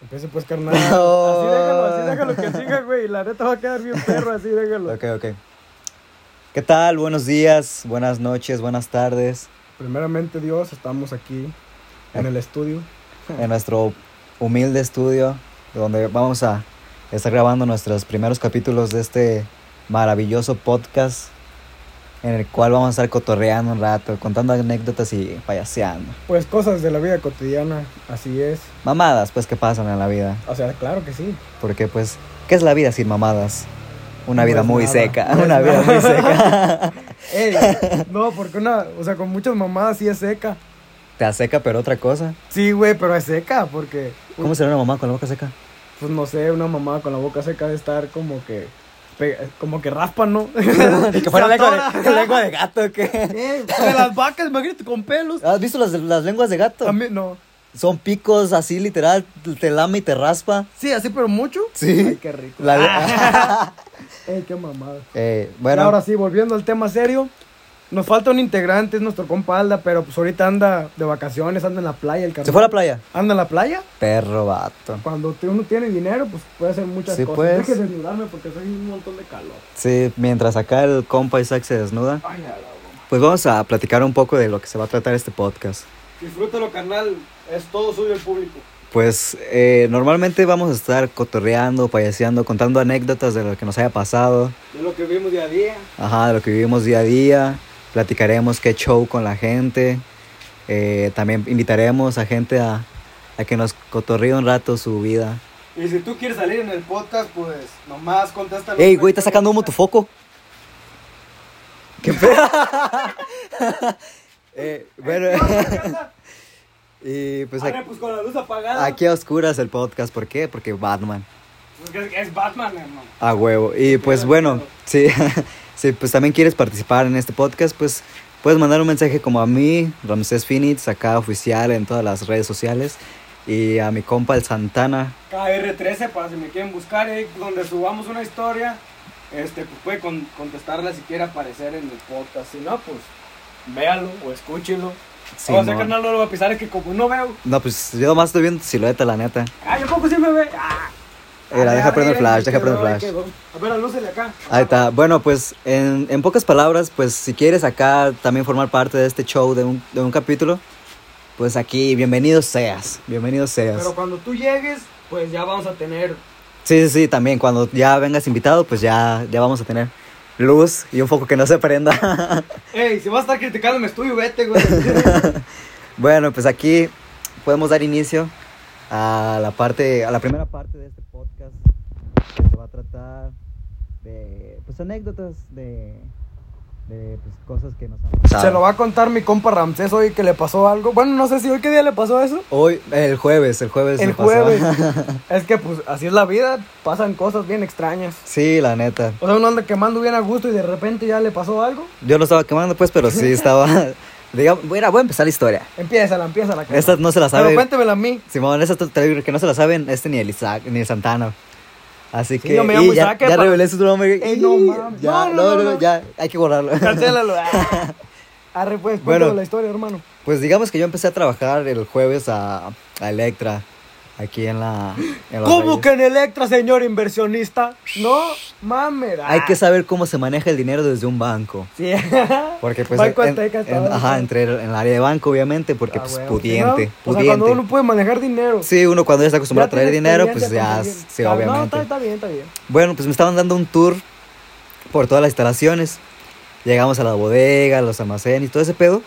Empiece pues, carnal. Así déjalo, así déjalo que siga, güey. La neta va a quedar bien perro, así déjalo. Ok, ok. ¿Qué tal? Buenos días, buenas noches, buenas tardes. Primeramente, Dios, estamos aquí en el estudio. En nuestro humilde estudio, donde vamos a estar grabando nuestros primeros capítulos de este maravilloso podcast. En el cual vamos a estar cotorreando un rato, contando anécdotas y payaseando. Pues cosas de la vida cotidiana, así es. Mamadas, pues, que pasan en la vida. O sea, claro que sí. Porque, pues, ¿qué es la vida sin mamadas? Una No vida es muy nada, seca. no es Una vida nada. muy seca. Ey, no, porque una, o sea, con muchas mamadas sí es seca. Te aseca, pero otra cosa. Sí, güey, pero es seca, porque, ¿Cómo será una mamá con la boca seca? pues no sé, una mamada con la boca seca de estar como que, pe- como que raspa, ¿no? que fuera Se lengua atora. de, lengua de gato, ¿qué? Ey, de las vacas, imagínate, con pelos. ¿Has visto las, las lenguas de gato? También, no. Son picos así, literal, te lame y te raspa. Sí, así, pero mucho. Sí. Ay, qué rico. La- Ey, qué mamada. Eh, Y bueno, Ah. ahora sí, volviendo al tema serio. Nos falta un integrante, es nuestro compa Alda, pero pues ahorita anda de vacaciones, anda en la playa el carnal. se fue a la playa. Anda en la playa. Perro vato. Cuando te- uno tiene dinero, pues puede hacer muchas Sí, cosas. pues. Deje de desnudarme porque soy un montón de calor. Sí, mientras acá el compa Isaac se desnuda, Ay, a la goma. pues vamos a platicar un poco de lo que se va a tratar este podcast. Disfrútalo, carnal. Es todo suyo el público. Pues eh, normalmente vamos a estar cotorreando, payaseando, contando anécdotas de lo que nos haya pasado. De lo que vivimos día a día. Ajá, de lo que vivimos día a día. Platicaremos qué show con la gente. eh, también invitaremos a gente a, a que nos cotorríe un rato su vida. Y si tú quieres salir en el podcast, pues nomás contéstalo. Ey, güey, ¿estás sacando humo tu foco? ¿Qué pedo? Eh, bueno, y pues aquí, pues con la luz apagada. aquí a oscuras el podcast. ¿Por qué? Porque Batman. Pues, es Batman, hermano. A huevo. Y pues bueno, sí, sí, pues también quieres participar en este podcast, pues puedes mandar un mensaje como a mí, Ramsés Finitz, acá oficial en todas las redes sociales, y a mi compa el Santana. KR13 para si me quieren buscar, eh, donde subamos una historia, este, pues puede con- contestarla si quiere aparecer en el podcast. Si no, pues véalo o escúchelo. Sí, o sea, no. carnal, no lo va a pisar, es que como no veo. No, pues yo nomás estoy viendo silueta, la neta. Ah, yo poco sí me ve. Ah, Era, deja prender el flash, deja prender prender el flash. A ver, lúcele acá. Ahí está. Bueno, pues en, en pocas palabras, pues si quieres acá también formar parte de este show, de un, de un capítulo, pues aquí, bienvenido seas, bienvenido seas. Pero cuando tú llegues, pues ya vamos a tener. Sí, sí, sí, también cuando ya vengas invitado, pues ya, ya vamos a tener luz y un foco que no se prenda. Ey, si vas a estar criticándome, estoy vete, güey. bueno, pues aquí podemos dar inicio a la parte, a la primera parte de este podcast que se va a tratar de pues anécdotas de, de pues, cosas que nos han pasado. Se lo va a contar mi compa Ramsés hoy que le pasó algo. Bueno, no sé si hoy qué día le pasó eso. Hoy, el jueves, el jueves. El me pasó. jueves. es que pues así es la vida, pasan cosas bien extrañas. sí, la neta. O sea, uno anda quemando bien a gusto y de repente ya le pasó algo. Yo lo estaba quemando, pues, pero sí estaba. digamos, mira, voy a empezar la historia. Empiézala, empiézala. carnal. Esta no se la sabe. Pero cuéntemela a mí. Simón, esa te te digo que no se la saben, este ni el Isaac, ni el Santana. Así que. yo me llamo y ya, Isaac, eh, ya pa- revelé su nombre. Ey, no Y- mames. Ya, no, No, no, no, no, no. ya, hay que borrarlo. Cancélalo. ah. Arre pues, Bueno. cuéntame la historia, hermano. pues digamos que yo empecé a trabajar el jueves a, a Electra, aquí en la. en Los ¿Cómo Reyes. que en Electra, señor inversionista? No, mames. ah. Hay que saber cómo se maneja el dinero desde un banco. Sí. Porque pues. Banco en- Azteca en- estaba- ajá, entre el- en el área de banco, obviamente, porque Ah, pues huevo. pudiente. No, O sea, pudiente. cuando uno puede manejar dinero. Sí, uno cuando ya está acostumbrado Ya a traer tiene dinero, pues experiencia ya. con dinero. Sí, Está- obviamente. No, está, está bien, está bien. Bueno, pues me estaban dando un tour por todas las instalaciones. Llegamos a la bodega, a los almacenes y todo ese pedo.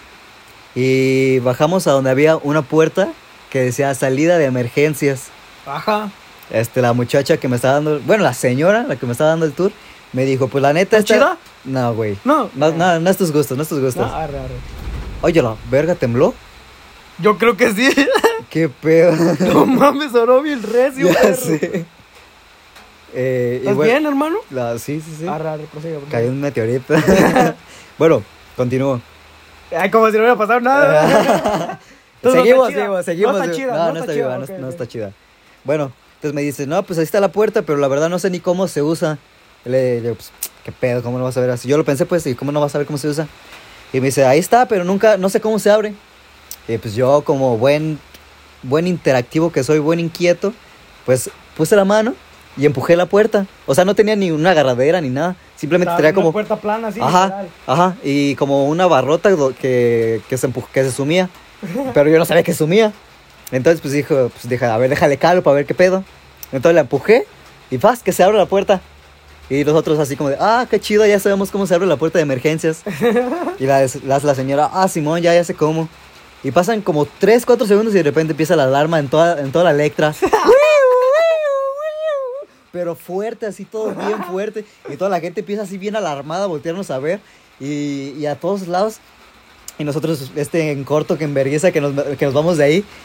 Y bajamos a donde había una puerta que decía salida de emergencias. Ajá. Este, la muchacha que me estaba dando, bueno, la señora, la que me estaba dando el tour, me dijo, pues la neta ¿Está chida? No, güey. No. No, no, no es tus gustos, no es tus No, gustos. arre, arre. Oye, la verga tembló. Yo creo que sí. Qué pedo. no mames, oró bien recio. ya perro. sé. Eh, y ¿Estás bueno, bien, hermano? Ah, la- sí, sí, sí. Arre, arre, prosigue, prosigue. Cayó un meteorito. bueno, continúo. Ay, como si no hubiera pasado nada. Ah, Entonces, seguimos, no está chida. seguimos, seguimos. No está seguimos. chida, no, no está chida, no, ok, no ok. está chida. Bueno, entonces me dice, no, pues ahí está la puerta, pero la verdad no sé ni cómo se usa. Le digo, pues, qué pedo, ¿cómo no vas a ver así? Yo lo pensé, pues, ¿y cómo no vas a ver cómo se usa? Y me dice, ahí está, pero nunca, no sé cómo se abre. Y pues yo, como buen, buen interactivo que soy, buen inquieto, pues puse la mano y empujé la puerta. O sea, no tenía ni una agarradera ni nada. Simplemente Estaba tenía una como... puerta plana así. Ajá, literal. ajá, y como una barrota do- que, que, se, empu- que se sumía, pero yo no sabía que sumía. Entonces, pues dijo, pues deja, a ver, déjale calo para ver qué pedo. Entonces la empujé y ¡paz! que se abre la puerta. Y nosotros así como de, ah, qué chido, ya sabemos cómo se abre la puerta de emergencias. Y la, la, la señora, ah, Simón, ya, ya sé cómo. Y pasan como 3, 4 segundos y de repente empieza la alarma en toda, en toda la Electra. Pero fuerte, así todo bien fuerte. Y toda la gente empieza así bien alarmada a voltearnos a ver. Y, y a todos lados. Y nosotros, este en corto, que en vergüenza, que nos, que nos vamos de ahí.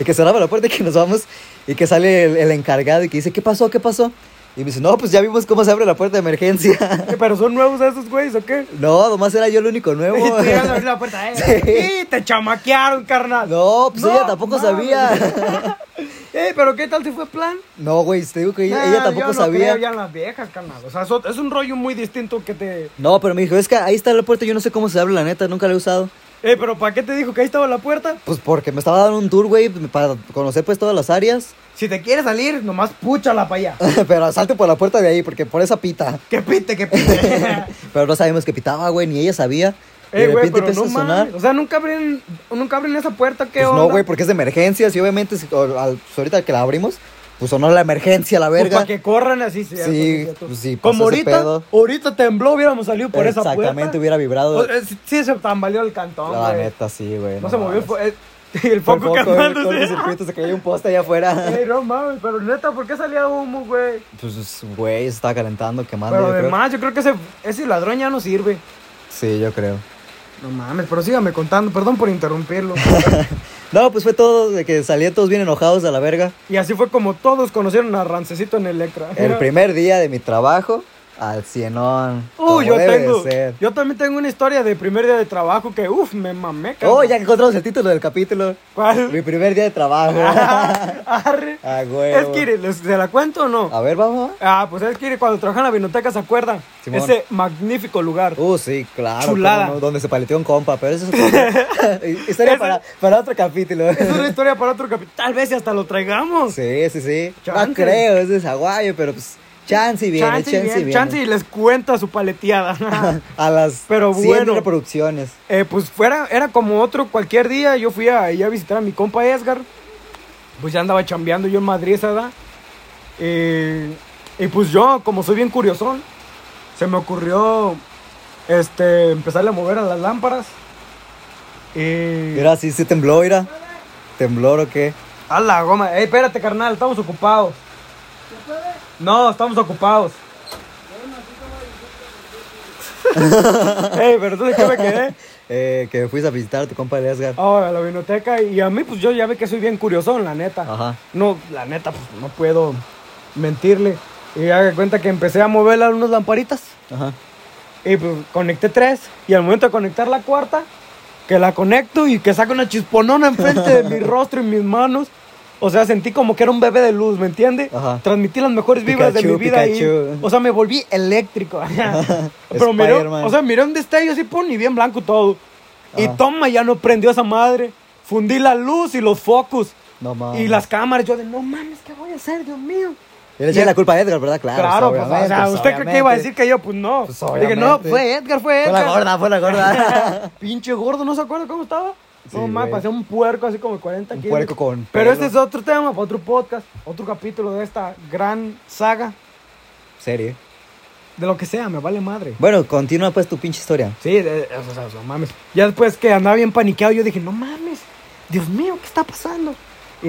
y que cerraba la puerta y que nos vamos. Y que sale el, el encargado y que dice, ¿qué pasó? ¿Qué pasó? Y me dice, no, pues ya vimos cómo se abre la puerta de emergencia. Eh, ¿Pero son nuevos esos güeyes o qué? no, nomás era yo el único nuevo. Y te llegan a abrir la puerta. eh. Sí. Y te chamaquearon, carnal. No, pues No, ella tampoco mames. sabía. Eh, pero ¿qué tal si fue plan? No, güey, te digo que ella, Nah, ella tampoco Ah, yo no sabía. creo ya en las viejas, carnal. O sea, eso- es un rollo muy distinto que te... No, pero me dijo, es que ahí está la puerta, yo no sé cómo se abre, la neta, nunca la he usado. Eh, pero ¿para qué te dijo que ahí estaba la puerta? Pues porque me estaba dando un tour, güey, para conocer pues todas las áreas. Si te quieres salir, nomás púchala para Ah. allá. pero salte por la puerta de ahí, porque por esa pita. Que pite, que pite. pero no sabíamos que pitaba, güey, ni ella sabía. Y eh, de güey, repente pero no empieza a sonar. mames. O sea, nunca abren, nunca abren esa puerta, ¿qué Pues onda? no, güey, porque es de emergencias y obviamente si- o- al- pues, ahorita que la abrimos, pues sonó la emergencia, la Pues verga. para que corran así, cierto, Sí, cierto. pues sí, Como pasó ese ahorita, pedo. ahorita tembló, hubiéramos salido por esa puerta. Exactamente, hubiera vibrado. O- eh, sí- sí, se tambaleó el cantón, la güey. neta, sí, güey. No se movió el, mames. fo- eh, el Fue el foco foco, el quemándose. cortocircuito, se cayó un poste allá afuera. Ey, no mames, pero neta, ¿por qué salía humo, güey? Pues, güey, se estaba calentando, quemando. Pero yo creo. además, yo creo que ese, ese ladrón ya no sirve. Sí, yo creo. No mames, pero sígame contando, perdón por interrumpirlo. No, pues fue todo de que salían todos bien enojados a la verga. y así fue como todos conocieron a Rancecito en Electra. El primer día de mi trabajo, al cienón. como Uy, yo debe tengo. de ser. Yo también tengo una historia de primer día de trabajo que, uff, me mamé. carnal. Oh, ya que encontramos el título del capítulo. Mi ¿Cuál? primer día de trabajo. Arre. ah, güey. Es que, ¿les- ¿se la cuento o no? A ver, vamos. Ah, pues es que cuando trabajaba en la biblioteca, ¿se acuerdan? Simón. Ese magnífico lugar. Uh, sí, claro. Chulada. cómo no, donde se paleteó un compa, pero eso es historia Ese- para, para otro capítulo. Es una historia para otro capítulo. Tal vez y hasta lo traigamos. Sí, sí, sí. Chance. No creo, es de Zaguayo, pero pues chance y viene, chance, Chance, y bien, viene. chance y les cuenta su paleteada. A las Pero 100 bueno. reproducciones. Eh, pues fuera, era como otro cualquier día. Yo fui a, ahí a visitar a mi compa Edgar. Pues ya andaba chambeando yo en Madrid esa edad. Eh, y pues yo, como soy bien curiosón, se me ocurrió este, empezarle a mover a las lámparas. Eh, Mira, sí, sí tembló, mira. ¿Temblor o qué? A la goma. Ey, espérate, carnal, estamos ocupados. No, estamos ocupados. Ey, Eh, pero entonces, ¿qué me quedé? Eh, que fuiste a visitar a tu compa de Asgard. Ah, a la biblioteca y a mí pues yo ya ve que soy bien curiosón, la neta. Ajá. No, la neta pues no puedo mentirle. Y haga cuenta que empecé a mover unas lamparitas Ajá. y pues conecté tres y al momento de conectar la cuarta, que la conecto y que saca una chisponona enfrente de mi rostro y mis manos. O sea, sentí como que era un bebé de luz, ¿me entiende? Ajá. Transmití las mejores vibras de Pikachu, mi vida ahí. Pikachu. O sea, me volví eléctrico. Pero miré, Spider-Man. o sea, miré un destello así, pon, y bien blanco todo. Y Ajá. toma, ya no prendió esa madre. Fundí la luz y los focos. No mames. Y las cámaras, yo de, no mames, ¿qué voy a hacer, Dios mío? Y le eché la culpa a Edgar, ¿verdad? Claro. Claro, pues, o obviamente, sea, pues, ¿usted cree que iba a decir obviamente. que yo? Pues no. Pues, Dije, no, obviamente. fue Edgar, fue Fue Edgar. la gorda, fue la gorda. Pinche gordo, ¿no se acuerda cómo estaba? Sí, no mames, güey. parecía un puerco así como de 40 Un kilos. puerco con Pero pelo. este es otro tema para otro podcast, otro capítulo de esta gran saga, Serio. de lo que sea, me vale madre. Bueno, continúa pues tu pinche historia. Sí, de- de- o sea, no mames. Ya después que andaba bien paniqueado, yo dije, no mames, Dios mío, ¿qué está pasando? Y,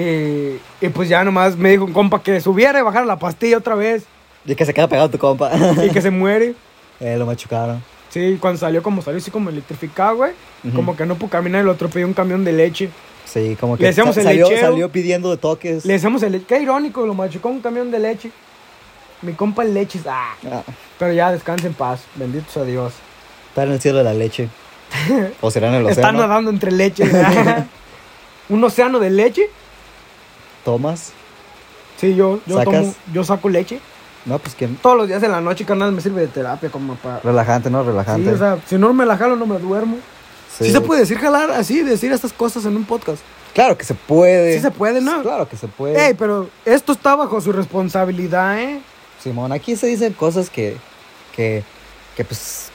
y pues ya nomás me dijo un compa que subiera y bajara la pastilla otra vez Y que se queda pegado tu compa. y que se muere. eh, lo machucaron. Sí, cuando salió como salió así como electrificado, güey. Como que no pudo caminar y lo atropelló un camión de leche. Sí, como que Le decíamos sa- el salió, lechero. salió pidiendo toques. Le decíamos el leche. Qué irónico, lo machucó un camión de leche. Mi compa el leche. Ah. Ah, Pero ya descansa en paz. Bendito sea Dios. está en el cielo de la leche. O será en el Está océano. nadando entre leche. ¿verdad? ¿Un océano de leche? Tomas. Sí, yo, yo, ¿Sacas? tomo- yo saco leche. No, pues que Todos los días en la noche, carnal, me sirve de terapia como para... relajante, ¿no? Relajante. Sí, o sea, si no me la jalo, no me duermo. Sí, Sí. se puede decir jalar así, decir estas cosas en un podcast. Claro que se puede. Sí se puede, ¿no? Sí, Claro que se puede. Ey, pero esto está bajo su responsabilidad, ¿eh? Simón, aquí se dicen cosas que, que, que pues,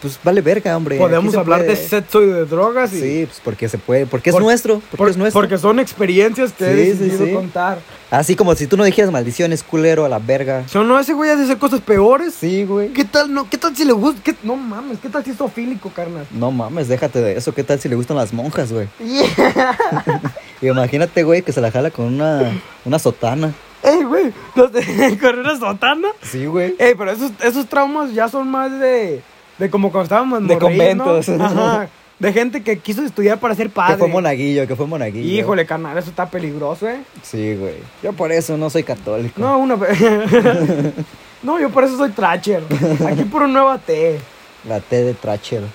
pues vale verga, hombre. Aquí Podemos se hablar de puede. sexo y de drogas y... Sí, pues porque se puede, porque es Por- nuestro, porque por- es nuestro. porque son experiencias que he Sí, sí, decidido sí. contar. Así como si tú no dijeras maldiciones, culero, a la verga. Yo no, ese güey hace hacer cosas peores. Sí, güey. ¿Qué tal, no? ¿Qué tal si le gusta? ¿Qué- No mames, ¿qué tal si es ofílico, carnal? No mames, déjate de eso. ¿Qué tal si le gustan las monjas, güey? Imagínate, güey, que se la jala con una, una sotana. Ey, güey, ¿no te- con una sotana. Sí, güey. Ey, pero esos, esos traumas ya son más de, de como cuando estábamos De morrillos, ¿no? conventos. Ajá, de gente que quiso estudiar para ser padre. Que fue monaguillo, que fue monaguillo. Híjole, carnal, eso está peligroso, ¿eh? Sí, güey. Yo por eso no soy católico. No, una vez. no, yo por eso soy Tracher. Aquí por un nuevo té. La T de Trachero.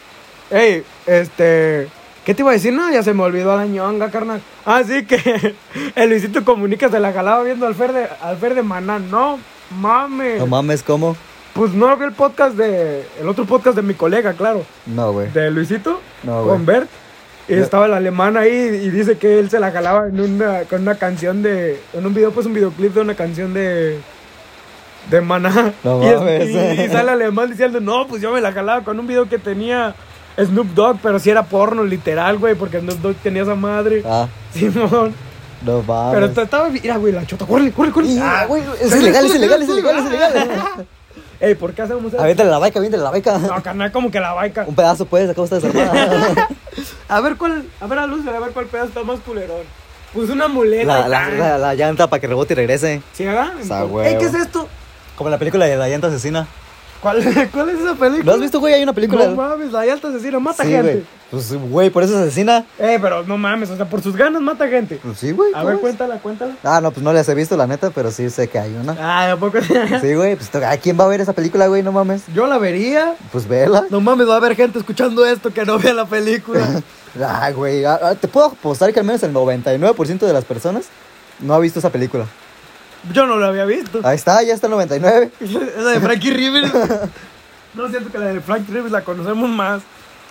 Ey, este. ¿Qué te iba a decir? No, ya se me olvidó la ñonga, carnal. Así que el Luisito Comunica se la jalaba viendo al Fer de, al Fer de Maná. No mames. No mames, ¿cómo? pues no vi el podcast de. El otro podcast de mi colega, claro. No, güey. De Luisito. No, güey. con Bert. Y estaba el alemán ahí y dice que él se la jalaba en una, con una canción de. En un video, pues un videoclip de una canción de. De Maná. No y, es- mames. eh. y- y sale el alemán diciendo, no, pues yo me la jalaba con un video que tenía Snoop Dogg, pero si era porno, literal, güey, porque Snoop Dogg tenía esa madre. Ah, Simón. no mames. pero te- estaba. Mira, güey, la chota, corre, corre, corre. Y- Ah, güey. Es ilegal, es ilegal, es ilegal, es ilegal. Ey, ¿por qué hacemos eso? Aviéntale la baica, aviéntale la baica. No, carnal, como que la baica. Un pedazo, pues, acá está desarmada. A ver cuál, a ver a Luz, a ver cuál pedazo está más culerón. Pues una muleta. la, la, la, la llanta para que rebote y regrese. ¿Sí, verdad? Esa Entonces- huevo. Ey, ¿qué es esto? Como la película de la llanta asesina. ¿Cuál, cuál es esa ¿Lo película? has visto, güey? Hay una película. No mames, la alta asesina mata sí, gente. güey. Pues, güey, por eso es asesina. Eh, pero no mames, o sea, por sus ganas mata gente. Pues sí, güey. A ¿cómo ver, es? cuéntala, cuéntala. Ah, no, pues no las he visto, la neta, pero sí sé que hay una. Ah, ¿a poco? Sí, güey, pues ¿a quién va a ver esa película, güey? No mames. Yo la vería. Pues vela. No mames, va a haber gente escuchando esto que no vea la película. Ah, güey, ah, ah, te puedo apostar que al menos el 99% de las personas no ha visto esa película. Yo no la había visto. Ahí está, ya está el 99. Esa de Frankie Rivers. No siento que la de Frankie Rivers la conocemos más.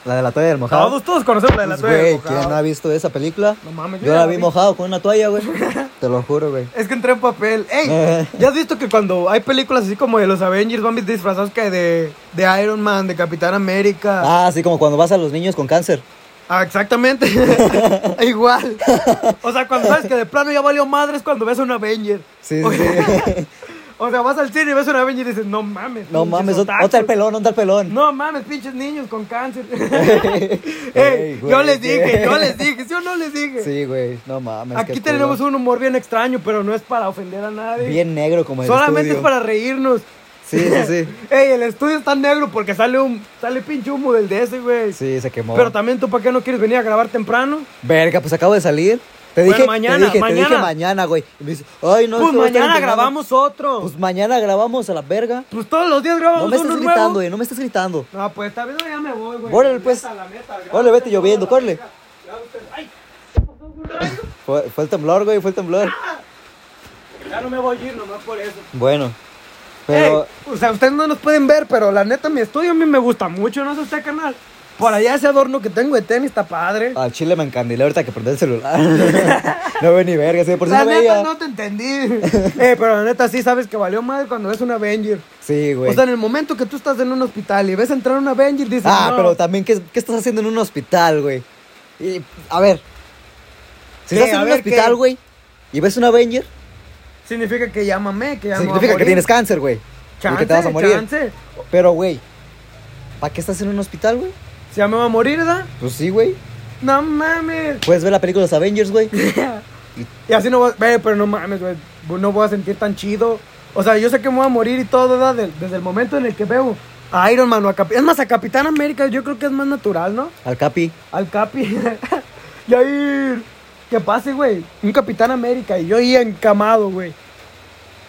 La de la toalla del mojado. Todos, todos conocemos la de la Pues, toalla Güey, del ¿quién mojado. no ha visto esa película? No mames, Yo la vi mojado con una toalla, güey. Te lo juro, güey. Es que entré en papel. ¡Ey! ¿Ya has visto que cuando hay películas así como de los Avengers, van disfrazados que de, de Iron Man, de Capitán América? Ah, así como cuando vas a los niños con cáncer. Ah, exactamente. E Igual. O sea, cuando sabes que de plano ya valió madres cuando ves a un Avenger. Sí, O- sí, sí. O sea, vas al cine y ves a un Avenger y dices, no mames. No pinches mames, ot- otakus. otra el pelón, otra el pelón. No mames, pinches niños con cáncer. Ey, Ey, yo güey, les sí. dije, yo les dije, yo no les dije. Sí, güey, no mames. Aquí qué tenemos culo. un humor bien extraño, pero no es para ofender a nadie. Bien negro como el Solamente estudio. es para reírnos. Sí, sí, sí. Ey, el estudio está negro porque sale un sale pinche humo del de ese, güey. Sí, se quemó. Pero también tú para qué no quieres venir a grabar temprano? Verga, pues acabo de salir. Te Bueno, dije mañana, te dije, Te dije mañana. mañana, güey. Y me dice, ay, no. es pues que voy a estar mañana entrenando". grabamos otro. Pues, Pues mañana grabamos a la verga. todos los días No grabamos uno me estás nuevo. gritando, güey, no me estás gritando. No, pues tal vez no, ya me voy, güey. Órale, Neta, pues. la neta, graba Órale, vete usted, lloviendo, graba córrele. usted. Graba usted. Ay, ¿qué pasó, Fernando? Fue, fue el temblor, güey, fue el temblor. Ya no me voy a ir nomás por eso. Bueno, pero Ey, o sea, ustedes no nos pueden ver, pero la neta, mi estudio a mí me gusta mucho, no sé usted, canal. Por allá ese adorno que tengo de tenis está padre. al chile me encandilé ahorita que perdí el celular. no veo ni verga, sí, por eso la no neta veía. no te entendí. eh, pero la neta sí sabes que valió madre cuando ves un Avenger. Sí, güey. O sea, en el momento que tú estás en un hospital y ves entrar un Avenger, dices, ah, "No". pero también, ¿qué, qué estás haciendo en un hospital, güey? Y, a ver. Si ¿Qué? estás en A un ver, hospital, ¿qué? güey, y ves un Avenger, significa que llámame, que ya me voy a significa que morir. tienes cáncer, güey. Y chance, que te vas a morir. chance. Pero, güey, ¿para qué estás en un hospital, güey? Si ya me va a morir, ¿verdad? Pues sí, güey. No mames. Puedes ver la película de los Avengers, güey. Y así no voy a... Ve, pero no mames, güey. No voy a sentir tan chido. O sea, yo sé que me voy a morir y todo, ¿verdad? Del- Desde el momento en el que veo a Iron Man o a Capitán... Es más, a Capitán América yo creo que es más natural, ¿no? Al Capi. Al Capi. Yair. Que pase, güey. Un Capitán América. Y yo ahí encamado, güey.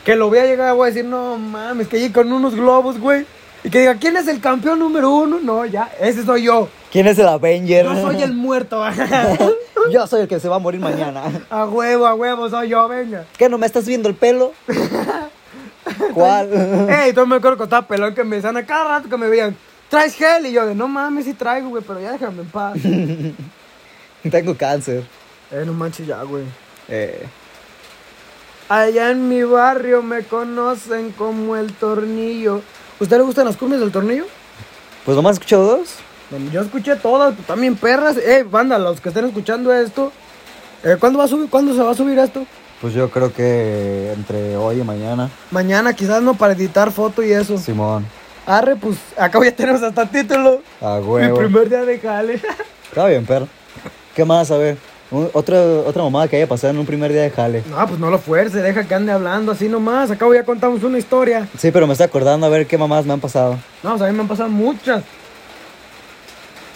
Que lo voy a llegar, voy a decir, no mames, que llegue con unos globos, güey. Y que diga, ¿quién es el campeón número uno? No, ya, ese soy yo. ¿Quién es el Avenger? Yo soy el muerto. Yo soy el que se va a morir mañana. a huevo, a huevo, soy yo, venga. ¿Qué? ¿No me estás viendo el pelo? ¿Cuál? Ey, yo me acuerdo que estaba pelón que me decían a cada rato que me veían, ¿traes gel? Y yo de, no mames, sí traigo, güey, pero ya déjame en paz. Tengo cáncer. Eh, no manches ya, güey. Eh, Allá en mi barrio me conocen como el tornillo. ¿Usted le gustan las cumbias del tornillo? pues nomás he escuchado dos. Bueno, Yo escuché todas, pues, también perras. Eh, banda, los que estén escuchando esto, eh, ¿cuándo, va a subir, ¿cuándo se va a subir esto? Pues yo creo que entre hoy y mañana. Mañana, quizás no para editar foto y eso. Simón. Arre, pues acá ya tenemos hasta título. A Mi huevo. primer día de jale. Está bien, perro. ¿Qué más? A ver. un- otra, otra mamada que haya pasado en un primer día de jale. no, pues no lo fuerce, deja que ande hablando así nomás. Acabo ya contamos una historia. Sí, pero me está acordando a ver qué mamadas me han pasado. No, o sea, a mí me han pasado muchas.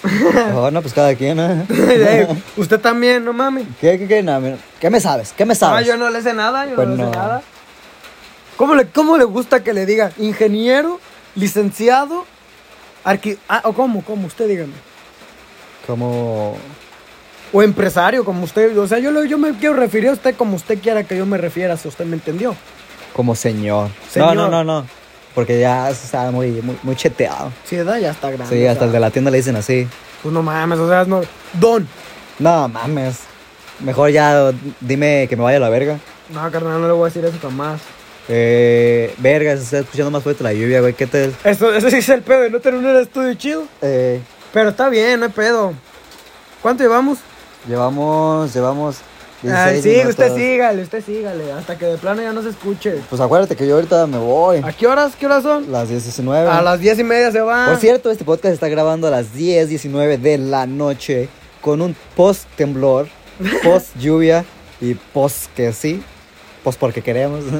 Oh, no, pues cada quien, ¿eh? Eh, usted también, no mames. ¿Qué, qué, qué? No, mira, ¿Qué me sabes? ¿Qué me Ah, sabes? yo no le sé nada, yo Pues no le no. sé nada. ¿Cómo le, ¿Cómo le gusta que le diga ingeniero, licenciado, arqui... ah, o cómo, cómo, usted dígame? Como... O empresario, como usted, o sea, yo, lo- yo me quiero referir a usted como usted quiera que yo me refiera, si usted me entendió. Como señor. Señor. No, no, no, no. Porque ya está muy, muy, muy cheteado. Sí, edad ya Ah, está grande. Sí, o hasta sea, el de la tienda le dicen así. Pues no mames, o sea, no... Don. No, mames. Mejor ya dime que me vaya a la verga. No, carnal, no le voy a decir eso jamás. Eh, verga, se está escuchando más fuerte la lluvia, güey. ¿Qué te...? Eso, eso sí es el pedo de no tener un estudio chido. Eh, Pero está bien, no hay pedo. ¿Cuánto llevamos? llevamos, llevamos... Ay, 16 Ah, sí, usted minutos. sígale, usted sígale, hasta que de plano ya no se escuche. Pues acuérdate que yo ahorita me voy. ¿A qué horas? ¿Qué horas son? Las 19. Ah, A las diez y media se va. Por cierto, este podcast está grabando a las 10, 19 de la noche con un post temblor, post lluvia y post que sí, post porque queremos,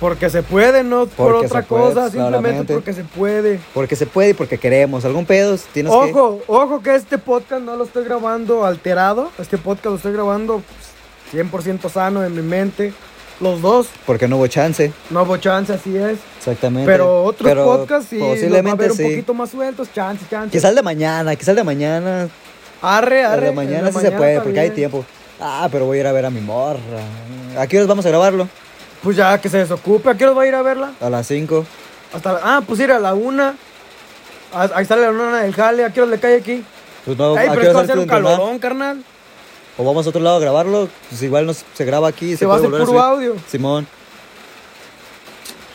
Porque se puede, no por Porque otra se puede, cosa, simplemente claramente. porque se puede. porque se puede y porque queremos. ¿Algún pedo? ¿Tienes que- Ojo, ojo que este podcast no lo estoy grabando alterado. Este podcast lo estoy grabando pues, 100% sano en mi mente. Los dos, Porque no hubo chance, no hubo chance, así es. exactamente. Pero otros Pero podcasts sí, los va a posiblemente haber un sí. poquito más sueltos, chance, chance. Quizás el de mañana, quizás el de mañana. Arre, El arre. de el mañana de sí se puede está porque hay bien. tiempo. Ah, pero voy a ir a ver a mi morra. ¿A qué horas vamos a grabarlo? Pues ya que se desocupe, ¿a qué hora va a ir a verla? A las 5. Hasta la- ah, pues ir a la una. Ah, Ahí sale la luna del jale, ¿a qué hora le cae aquí? Pues no, Ey, ¿a pero qué esto va horas a ser sales un tú de entrenar? calorón, carnal. O vamos a otro lado a grabarlo, pues igual nos, se graba aquí. Se va a puede hacer volver puro subir. audio. Simón.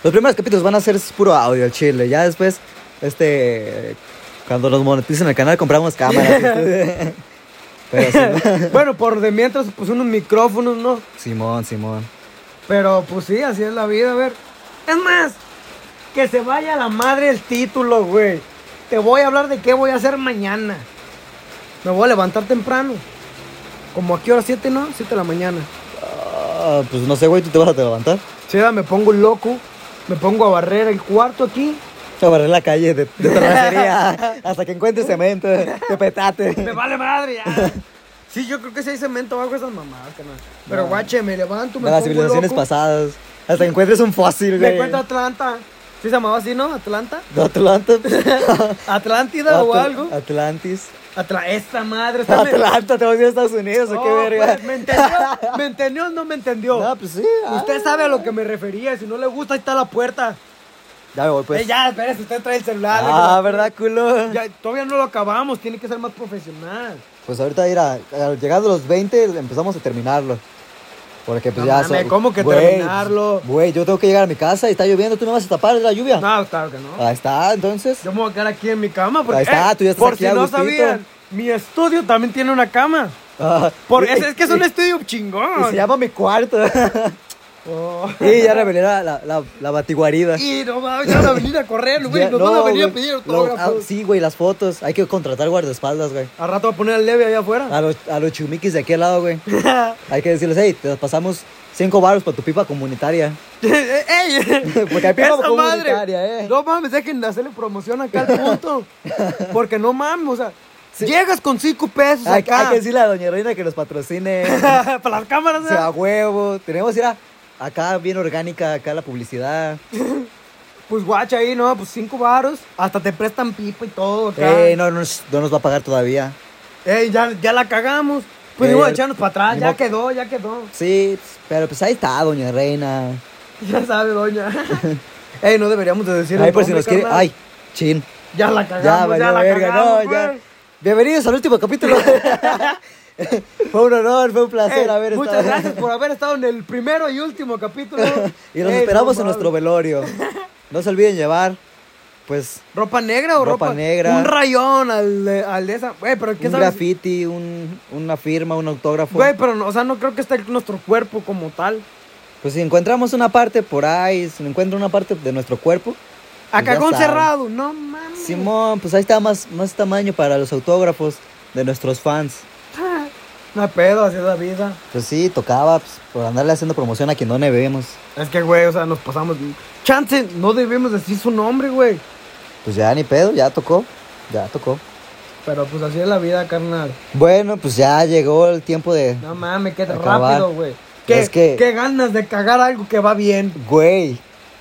Los primeros capítulos van a ser puro audio, al chile. Ya después, este. Cuando nos moneticen el canal, compramos cámaras. Pero Simón, bueno, por de mientras, pues unos micrófonos, ¿no? Simón, Simón. Pero pues sí, así es la vida, a ver. Es más, que se vaya a la madre el título, güey. Te voy a hablar de qué voy a hacer mañana. Me voy a levantar temprano. Como a qué hora, 7, ¿no? 7 de la mañana. Ah, pues no sé, güey, tú te vas a te levantar. Sí, da, me pongo loco, me pongo a barrer el cuarto aquí. Te barré la calle de, de terracería hasta que encuentres cemento, de Me petate. vale madre, ya. Sí, yo creo que si hay cemento bajo esas mamadas, carnal. Pero guache, me levanto, me De las pongo civilizaciones loco. pasadas. Hasta que encuentres un fósil, Me güey. encuentro Atlanta. Sí se llamaba así, ¿no? Atlanta. De Atlanta. Atlántida o Atl- algo. Atlantis. Atla esta madre. está me- Atlanta, te vas a ir a Estados Unidos, ¿o qué Oh, verga? pues, ¿Me entendió? ¿Me entendió o no me entendió? No, pues sí. ah. Usted sabe a lo que me refería. Si no le gusta, ahí está la puerta. Ya me voy, pues. Eh, ya, espérese, usted trae el celular. Ah, déjelo. ¿verdad, culo? Ya, todavía no lo acabamos. Tiene que ser más profesional. Pues ahorita ir a, a- llegando a los 20 empezamos a terminarlo. Porque No pues ya... mames, so- ¿cómo que Güey, terminarlo? Güey, yo tengo que llegar a mi casa y está lloviendo, tú me vas a tapar de la lluvia. No, claro que no. Ahí está, entonces. Yo me voy a quedar aquí en mi cama. Porque, Ahí está, eh, tú ya estás Por aquí si a no gustito. sabían, mi estudio también tiene una cama. Ah, Por, y- es, es que es un y- estudio y se chingón. llama mi cuarto. Oh. y ya revelé la, la, la, la batiguarida. Y no va- ya van a venir a correr, güey. Ya- Nos van a venir a güey, pedir lo- autógrafos. ah, sí, güey, las fotos. Hay que contratar guardaespaldas, güey. Al rato va a poner el leve allá afuera. A los, a los chumiquis de aquel lado, güey. Hay que decirles, hey, te pasamos cinco baros para tu pipa comunitaria. ¡Ey! Porque hay pipa ¡Esa comunitaria, eh. No mames, dejen de hacerle promoción acá al punto. Porque no mames, o sea, llegas con cinco pesos Hay, Pues acá. hay que decirle a Doña Reina que nos patrocine. Para las cámaras, o ¿eh? sea, a huevo. Tenemos que ir a, acá bien orgánica, acá la publicidad. Pues guacha ahí, ¿no? Pues cinco varos. Hasta te prestan pipa y todo acá. Eh, no, nos, no nos va a pagar todavía. Ey, ya, ya la cagamos. Pues Eh, ni modo ya- de echarnos para atrás. ni Ya modo- quedó, ya quedó. Sí, pues, pero pues ahí está Doña Reina. Ya sabe, doña. Ey, no deberíamos de decir Ay, el por pues, si nombre, nos quiere. carnal. Ay, chin. Ya la Ya, cagamos, ya, valió la verga, cagamos, no, ya. pues. Bienvenidos al último capítulo. fue un honor, fue un placer Eh, haber muchas estado. gracias por haber estado en el primero y último capítulo. Y nos Eh, esperamos no en nuestro mames. velorio. No se olviden llevar, pues, ¿Ropa negra o ropa, Ropa negra. Un rayón al, de- al de esa. Güey, pero ¿qué un sabes? graffiti, un- una firma, un autógrafo. Güey, pero no, o sea, no creo que esté nuestro cuerpo como tal. Pues si encontramos una parte por ahí, si encuentran una parte de nuestro cuerpo, A Pues ya cagón saben. cerrado, no mames. Simón, pues ahí está más, más tamaño para los autógrafos de nuestros fans. No hay pedo, así es la vida. Pues sí, tocaba pues, por andarle haciendo promoción a quien no debemos. Es que, güey, o sea, nos pasamos. Chance, no debemos decir su nombre, güey. Pues ya ni pedo, ya tocó, ya tocó. Pero pues así es la vida, carnal. Bueno, pues ya llegó el tiempo de... No mames, qué Acabar. rápido, güey. Qué, Es que- qué ganas de cagar algo que va bien. Güey,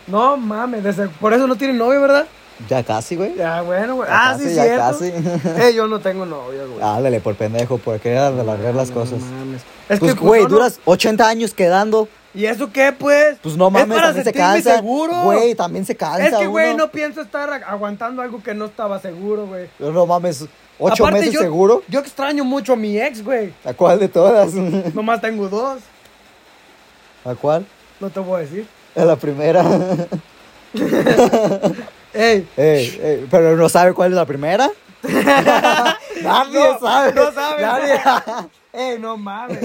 No mames, desde- por eso no tiene novio, ¿verdad? ya casi, güey. Ya, bueno, güey. Ya Ah, sí, casi, ya cierto. casi. Eh, yo no tengo novia, güey. Háblale por pendejo, por querer alargar las No cosas. mames. Es pues, que, pues, güey, yo no- duras 80 años quedando. ¿Y eso qué, pues? Pues no mames, es para también se sentirme cansa. seguro. Güey, también se cansa. es que, güey, uno. no pienso estar ag- aguantando algo que no estaba seguro, güey. no. mames, 8 Aparte, meses yo- seguro. Yo extraño mucho a mi ex, güey. ¿A cuál de todas? Nomás tengo dos. ¿A cuál? No te voy a decir. A la primera. Ey. Ey, ey, pero no sabe cuál es la primera. nadie No, sabe. no sabe. Nadie. Ey, no mames.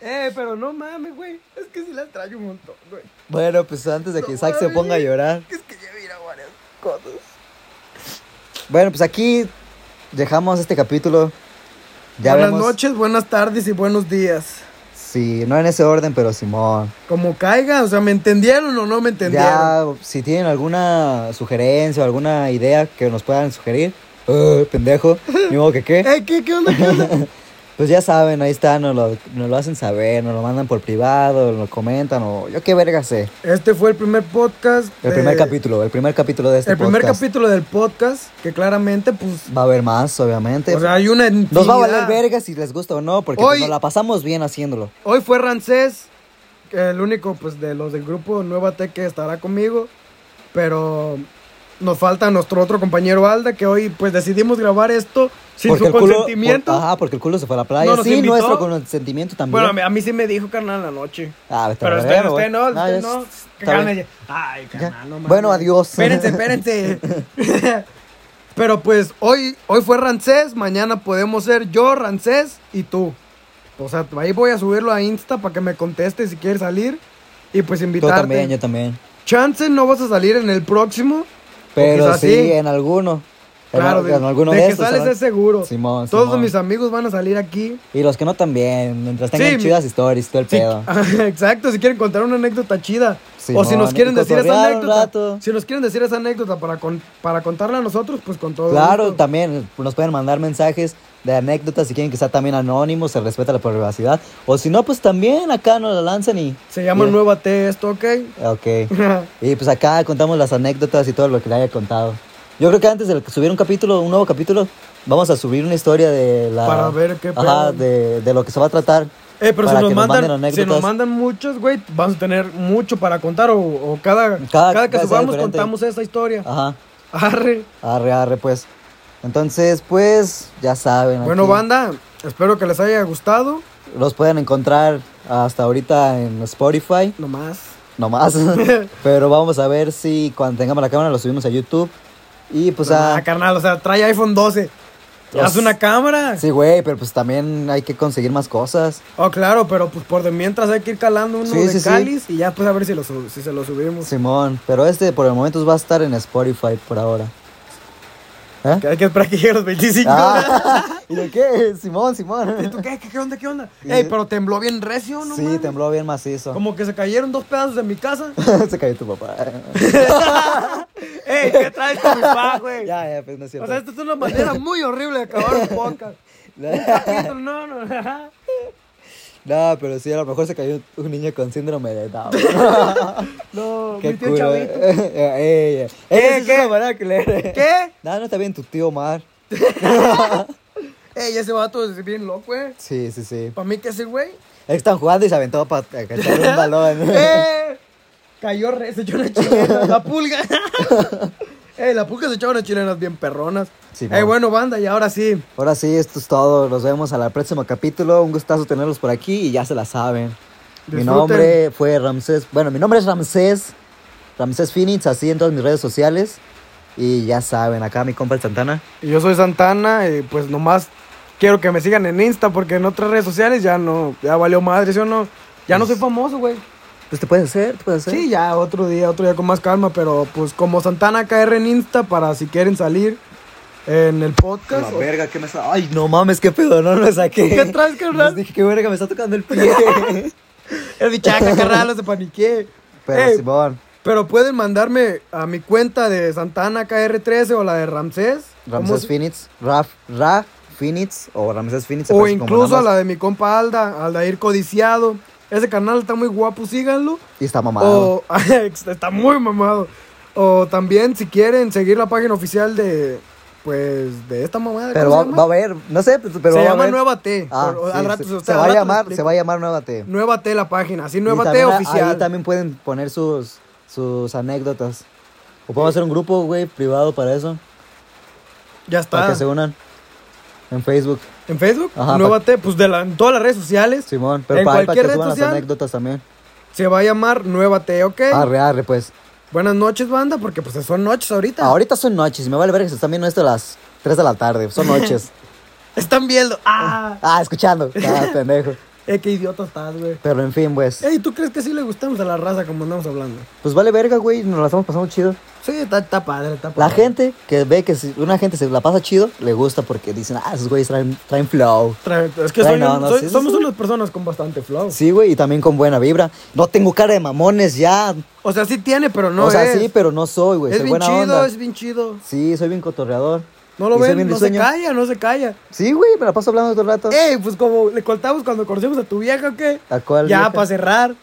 Ey, pero no mames, güey. Es que sí la extraño un montón, güey. bueno, pues antes de que No Isaac se mames. ponga a llorar. Es que ya mira varias cosas. Bueno, pues aquí dejamos este capítulo. Ya buenas vemos. noches, buenas tardes y buenos días. Sí, no en ese orden, pero Simón. Como caiga, o sea, ¿me entendieron o no me entendieron? Ya, si tienen alguna sugerencia o alguna idea que nos puedan sugerir, eh, pendejo, ni modo que qué, Ey, ¿qué, qué onda? ¿Qué onda? pues ya saben, ahí está, nos lo, nos lo hacen saber, nos lo mandan por privado, nos lo comentan, o yo qué verga sé. Este fue el primer podcast. El de- primer capítulo, el primer capítulo de Eh, este el primer podcast. capítulo del podcast, que claramente, pues. Va a haber más, obviamente. O sea, hay una. nos va infinidad. a valer verga si les gusta o no, porque pues, Hoy- nos la pasamos bien haciéndolo. Hoy fue Rancés, el único, pues, de los del grupo Nueva T que estará conmigo. Pero nos falta nuestro otro compañero Alda, que hoy, pues, decidimos grabar esto sin porque su consentimiento. por- ajá, porque el culo se fue a la playa. No nos sí, invitó. nuestro consentimiento también. bueno, a mí- a mí sí me dijo, carnal, en la noche. Ah, vete a Pero la usted, verga, usted güey. no, usted ya no. está Que bien. calme. Ay, carnal, no mames. Bueno, adiós. Espérense, espérense. Pero pues hoy, hoy fue Rancés, mañana podemos ser yo, Rancés y tú. O sea, ahí voy a subirlo a Insta para que me contestes si quieres salir. Y pues Yo invitarte. también, yo también. Chance no vas a salir en el próximo. Pero quizás sí, sí. en alguno. En Claro, al- de, en alguno de de, que esos, sales ¿sabes? es seguro. Simón, Todos Simón. mis amigos van a salir aquí. Y los que no también, mientras tengan Sí, chidas historias, todo el Sí, ah, pedo. exacto, si quieren contar una anécdota chida. o Simón, si nos quieren y decir esa cotorrear un anécdota. rato. Si nos quieren decir esa anécdota para, con- para contarla a nosotros, pues con todo. Claro, gusto. también nos pueden mandar mensajes de anécdotas si quieren que sea también anónimo, se respeta la privacidad. O si no, pues también acá nos la lanzan y. Se llama y- Nueva T esto, ¿ok? Ok. Y pues acá contamos las anécdotas y todo lo que le haya contado. Yo creo que antes de subir un capítulo, un nuevo capítulo, vamos a subir una historia de la. Para ver qué pedo. Ajá, de, de lo que se va a tratar. Eh, pero si para nos, que mandan, si anécdotas. nos mandan muchos, güey, vamos a tener mucho para contar. O, o cada, cada, Cada- que cada subamos diferente. Ah. contamos esa historia. Ajá, Arre. arre, arre, pues. Entonces, pues, ya saben. Bueno, aquí banda, espero que les haya gustado. Los pueden encontrar hasta ahorita en Spotify, Nomás. nomás. Pero vamos a ver si cuando tengamos la cámara lo subimos a YouTube. Y pues a. ah, carnal, o sea, trae iPhone 12. Pues, Haz una cámara. Sí, güey, pero pues también hay que conseguir más cosas. Oh, claro, pero pues por de mientras hay que ir calando uno Sí, de sí, sí. cáliz y ya pues a ver si, lo sub- si se lo subimos. Simón, pero este por el momento va a estar en Spotify por ahora. ¿Eh? Que hay que esperar que llegue a los 25. Ah, ¿Y de qué? Simón, Simón. ¿Tú qué? ¿Qué, qué onda? ¿Qué onda? Sí. Ey, pero tembló bien recio, ¿no? Sí, mames? tembló bien macizo. Como que se cayeron dos pedazos de mi casa. Se cayó tu papá. Ey, ¿qué traes con mi papá, güey? ya, ya, pues no es O cierto. sea, esta es una manera muy horrible de acabar un podcast. Capítulo, No, no. no, pero sí, a lo mejor se cayó un niño con síndrome de Down. No, mi qué tío culo. Chavito. Eh, eh, eh. ¿Qué, Esa es qué? una manera culera. ¿Qué? No, no está bien tu tío Omar. Ey, ese vato es bien loco, güey. Sí, sí, sí. Para mí que ese güey. Es que Están jugando y se aventó para cachar un balón. ¡Eh! Cayó recio, yo la chilena, la pulga. Eh, la puca se echaba unas chilenas bien perronas. Sí, eh, mo. bueno, banda, y ahora sí. Ahora sí, esto es todo. Nos vemos al próximo capítulo. Un gustazo tenerlos por aquí y ya se la saben. Mi Disfruten. nombre fue Ramsés. Bueno, mi nombre es Ramsés. Ramsés Phoenix, así en todas mis redes sociales. Y ya saben, acá mi compa el Santana. Y yo soy Santana, y pues nomás quiero que me sigan en Insta, porque en otras redes sociales ya no, ya valió madre, ¿sí o no? Ya no soy famoso, güey. Pues te puedes hacer, te puedes hacer. Sí, ya otro día, otro día con más calma, pero pues como Santana KR en Insta para si quieren salir en el La podcast. o- verga, ¿qué me está.? Ay, no mames, qué pedo, no lo saqué. ¿Qué traes, carnal? Les dije, qué verga, me está tocando el pie. El bichaca, carnal, se paniqué. Pero Ey, Simón, pero pueden mandarme a mi cuenta de Santana KR13 o la de Ramsés. ¿cómo Ramsés se- Phoenix, Raf, Ra Phoenix o Ramsés Phoenix. se O parece como incluso a nada la más. de mi compa Alda, Aldair Codiciado. Ese canal está muy guapo, síganlo. Y está mamado. O está muy mamado. O también si quieren seguir la página oficial de pues de esta mamada. pero ¿cómo va, se llama? va a haber, no sé, pues, pero. se va a llama haber- Nueva T. Ah, pero sí, al rato se, se- se al va a rato llamar, les se explico. va a llamar Nueva T. Nueva T la página, así Y Nueva T también a- Ahí oficial. también pueden poner sus, sus anécdotas. O Eh. podemos hacer un grupo, güey, privado para eso. Ya Para está. que se unan. En Facebook, En Facebook, Ajá, Nueva pa- T, pues de la, en todas las redes sociales Simón. Pero En para, ahí, para cualquier que red suban las social. Eh. anécdotas también. se va a llamar Nueva T, ¿ok? Arre, arre, pues. Buenas noches, banda, porque pues son noches ahorita. Ahorita son noches, me vale ver que se están viendo esto a las 3 de la tarde, son noches. Están viendo. ¡Ah! ah, escuchando. Ah, pendejo. Eh, qué idiota estás, güey. Pero en fin, pues. Ey, ¿tú crees que sí le gustamos a la raza como andamos hablando? Pues vale verga, güey, nos la estamos pasando chido. Sí, está, está padre, está padre. La gente que ve que si una gente se la pasa chido, le gusta porque dicen, ah, esos güeyes traen, traen flow. Tra- Es que Ay, soy no, un- no, soy- sí, sí, somos sí. unas personas con bastante flow. Sí, güey, y también con buena vibra. No tengo cara de mamones ya. O sea, sí tiene, pero no o sea, es. sí, pero no soy, güey. es soy bien buena chido, onda. es bien chido. Sí, soy bien cotorreador. No lo Y soy ven, bien no se risueño. calla, no se calla. Sí, güey, me la paso hablando todo el rato. Ey, pues como le contamos cuando conocimos a tu vieja, ¿o qué? ¿A cuál Ya, Ah, vieja? para cerrar.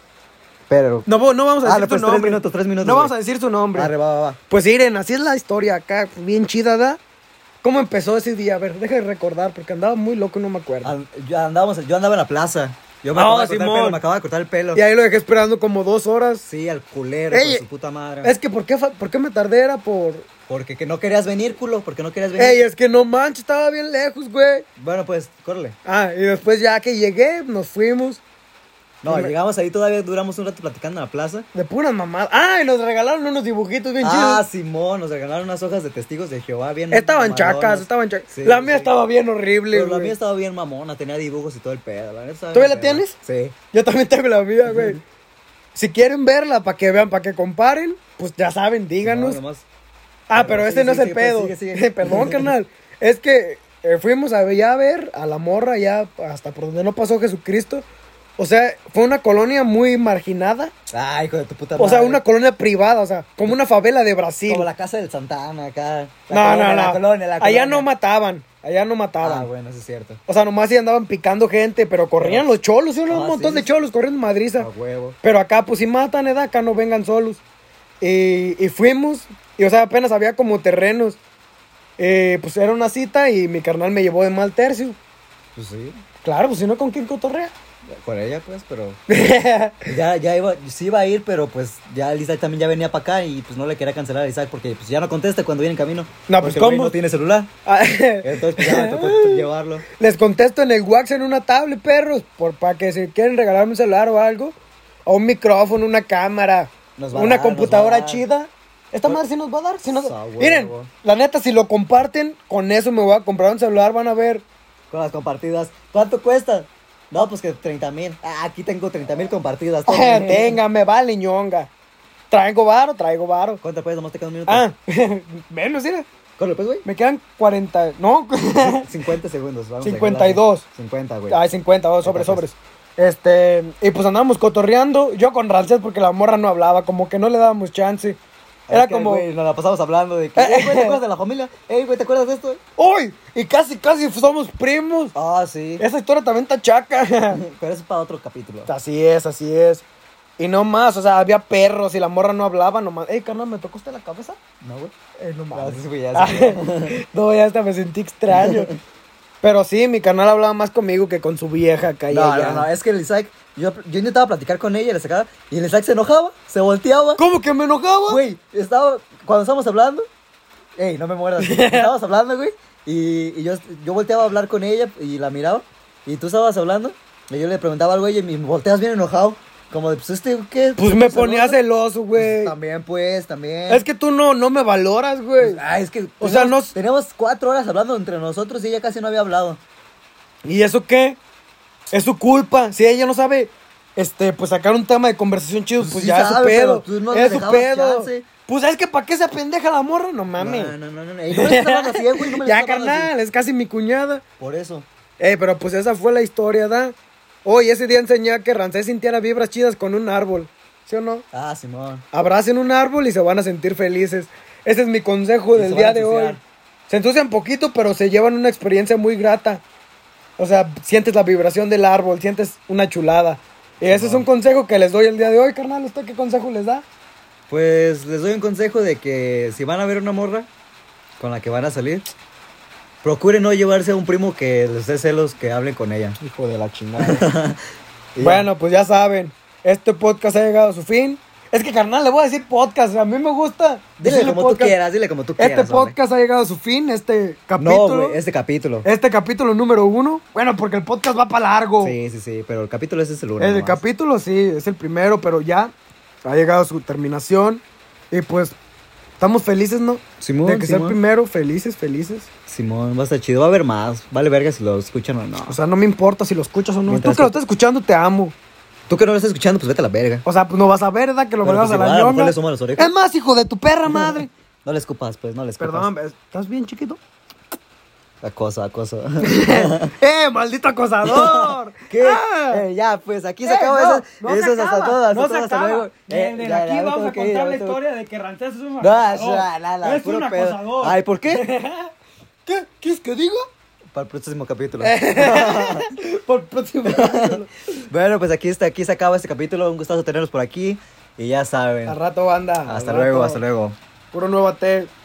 Pero. No, vo- no vamos a Ah, decir no, tu pues, tres nombre. minutos, tres minutos, No güey. Ah, vamos a decir su nombre. Arre, va, va, va. Pues Iren, así es la historia acá, bien chida, ¿da? ¿Cómo empezó ese día? A ver, deja de recordar, porque andaba muy loco y no me acuerdo. An- yo, andábamos, yo andaba en la plaza. Yo me, Ah, acababa de cortar el Simón. pelo, me acababa de cortar el pelo. Y ahí lo dejé esperando como dos horas. Sí, al culero, Ey, con su puta madre. Es que, ¿por qué, fa- por qué me tardé? Era por... Porque que no querías venir, culo, porque no querías venir. Ey, es que no manches, estaba bien lejos, güey. Bueno, pues, córrele. Ah, y después ya que llegué, nos fuimos No, Hombre. llegamos ahí todavía, duramos un rato platicando en la plaza. de puras mamadas. Ah, y nos regalaron unos dibujitos bien Ah, chidos. Simón, nos regalaron unas hojas de testigos de Jehová bien Estaban mamalonas. chacas, estaban chacas. Sí, la mía sí. estaba bien horrible, Pero la güey. mía estaba bien mamona, tenía dibujos y todo el pedo. La neta estaba ¿Todavía bien la perra. Sí. Yo también tengo la mía, güey. Si quieren verla, para que vean, para que comparen, pues ya saben, díganos. No, nomás- Ah, pero Pero ese sigue, no es sigue, el pues, pedo. sigue, sigue. Perdón, carnal. Es que eh, fuimos a, ya a ver a la morra, ya hasta por donde no pasó Jesucristo. O sea, fue una colonia muy marginada. Ay, hijo de tu puta madre. O sea, una colonia privada, o sea, como una favela de Brasil. Como la casa del Santana acá. La No, no, colonia, no. La colonia, la allá colonia. no mataban, allá no mataban. Ah, bueno, eso es cierto. O sea, nomás sí andaban picando gente, pero corrían los cholos, ¿sí? un Ah, montón sí, de sí. cholos corriendo en madriza. A huevo. Pero acá, pues si matan, edad, acá no vengan solos. Y, y fuimos, y o sea, apenas había como terrenos. Eh, pues era una cita y mi carnal me llevó de mal tercio. Pues sí, Claro, pues si no, ¿con quién cotorrea? con ella pues, pero... ya, ya iba, sí iba a ir, pero pues ya el Isaac también ya venía para acá y pues no le quería cancelar a Isaac porque pues ya no contesta cuando viene en camino. No, pues, Porque el güey ¿cómo? No tiene celular. Ah, Entonces pues, ya me tocó llevarlo. Les contesto en el wax en una tablet, perros, por para que si quieren regalarme un celular o algo, o un micrófono, una cámara, Nos va a una dar, computadora nos va a dar. chida. Esta madre sí nos va a dar. sí nos- Ah, huevo. Miren, la neta, si lo comparten, con eso me voy a comprar un celular, van a ver. Con las compartidas. ¿Cuánto cuesta? No, pues que 30 mil. Ah, aquí tengo 30 mil compartidas. Toma. Tenga, Eh, me vale ñonga. Traigo varo, traigo varo. ¿Cuánto puedes? Nomás te queda un minuto. Ah, menos, mira. Corre, pues, güey. Me quedan 40, no, 50 segundos. Vamos a 52. dejarla. 50, güey. ay, 50, oh, sobres, sobres. Este, y pues andábamos cotorreando, yo con Rancés porque la morra no hablaba, como que no le dábamos chance. Es Era que, como, güey, nos la pasamos hablando de que. Eh, "Ey, güey, ¿te acuerdas de la familia? Ey, güey, ¿te acuerdas de esto? ¡Uy! Y casi, casi somos primos. Ah, sí. Esa historia también está chaca. Pero eso es para otro capítulo. así es, así es. Y no más, o sea, había perros y la morra no hablaba nomás. Ey, carnal, ¿me tocó usted la cabeza? ¿No, güey? Eh, no Ah, mames. sí, güey, ya sé. no, ya hasta me sentí extraño. Pero sí, mi canal hablaba más conmigo que con su vieja acá y No, allá. no, no, es que el Isaac, yo, yo intentaba platicar con ella, le sacaba, y el Isaac se enojaba, se volteaba. ¿Cómo que me enojaba? Güey, estaba, cuando estábamos hablando, Ey, no me muerdas. Estábamos hablando, güey. Y, y yo, yo volteaba a hablar con ella y la miraba. Y tú estabas hablando. Y yo le preguntaba algo a ella y me volteas bien enojado. Como de, pues este, ¿qué? Pues me ¿Celoso? ponía celoso, Pues, güey. También, pues, también. Es que tú no, no me valoras, güey. Ah, es que. O sea, tenemos- no- Tenemos cuatro horas hablando entre nosotros y ella casi no había hablado. ¿Y eso qué? Es su culpa. Si ella no sabe, este, pues sacar un tema de conversación chido, pues, Pues sí ya es su sabe, pedo. pero tú no le es su dejabas pedo. chance. Pues es que para qué se apendeja la morra, no mames. No, no, no, no. no. Ey, no me le estás hablando así, eh, güey. No me le ya, estás hablando así. carnal, es casi mi cuñada. Por eso. Eh, pero pues esa fue la historia, ¿da? Hoy, ese día enseñé a que Rancés sintiera vibras chidas con un árbol. ¿Sí o no? Ah, Simón. Abracen un árbol y se van a sentir felices. Ese es mi consejo Y Pues, del se día van a de hoy. ensuciar. Se ensucian poquito, pero se llevan una experiencia muy grata. O sea, sientes la vibración del árbol, sientes una chulada. Y ese es un consejo que les doy el día de hoy, carnal. ¿Usted qué consejo les da? Pues les doy un consejo de que si van a ver una morra con la que van a salir, procuren no llevarse a un primo que les dé celos que hablen con ella. Hijo de la chingada. bueno, pues ya saben. Este podcast ha llegado a su fin. Es que, carnal, le voy a decir podcast. A mí me gusta. Dile decirle como tú podcast. quieras, dile como tú quieras. Este hombre. podcast ha llegado a su fin. Este capítulo. eh. No, güey, este capítulo. Este capítulo número uno. Bueno, porque el podcast va para largo. Sí, sí, sí, pero el capítulo ese es el uno. El nomás. capítulo sí, es el primero, pero ya ha llegado a su terminación. Y pues, estamos felices, ¿no? Simón, De que sea el Simón. primero, felices, felices. Simón, va a estar chido, va a haber más. Vale verga si lo escuchan o no. O sea, no me importa si lo escuchas o no. Mientras Tú que lo que- estás escuchando, te amo. Tú que no lo estás escuchando, pues vete a la verga. O sea, pues no vas a ver, ¿verdad? Que lo Pero verás pues a la igual, a lo mejor ñonga. le sumo las orejas. Es más, hijo de tu perra madre. No le escupas, pues, no le escupas. Perdón, ¿estás bien, chiquito? Acoso, acoso. ¡Eh, maldito acosador! ¿Qué? ¡Ah! Eh, ya, pues aquí se Eh, acaba no, eso. no se eso es hasta acaba, todo, hasta no se todo, hasta acaba. luego. Desde Eh, ya, ya, aquí me vamos tengo a que ir, ya contar me la tengo- historia de que Rancés es un No, acosador. la, la, la, es puro un pedo. acosador. Ay, ¿por qué? ¿Qué? ¿Quieres que diga? Para el próximo capítulo. Por próximo capítulo. bueno, pues aquí, está, aquí se acaba este capítulo. Un gustazo tenerlos por aquí. Y ya saben. Al rato, banda. Hasta al luego, rato. hasta luego. Puro nuevo té.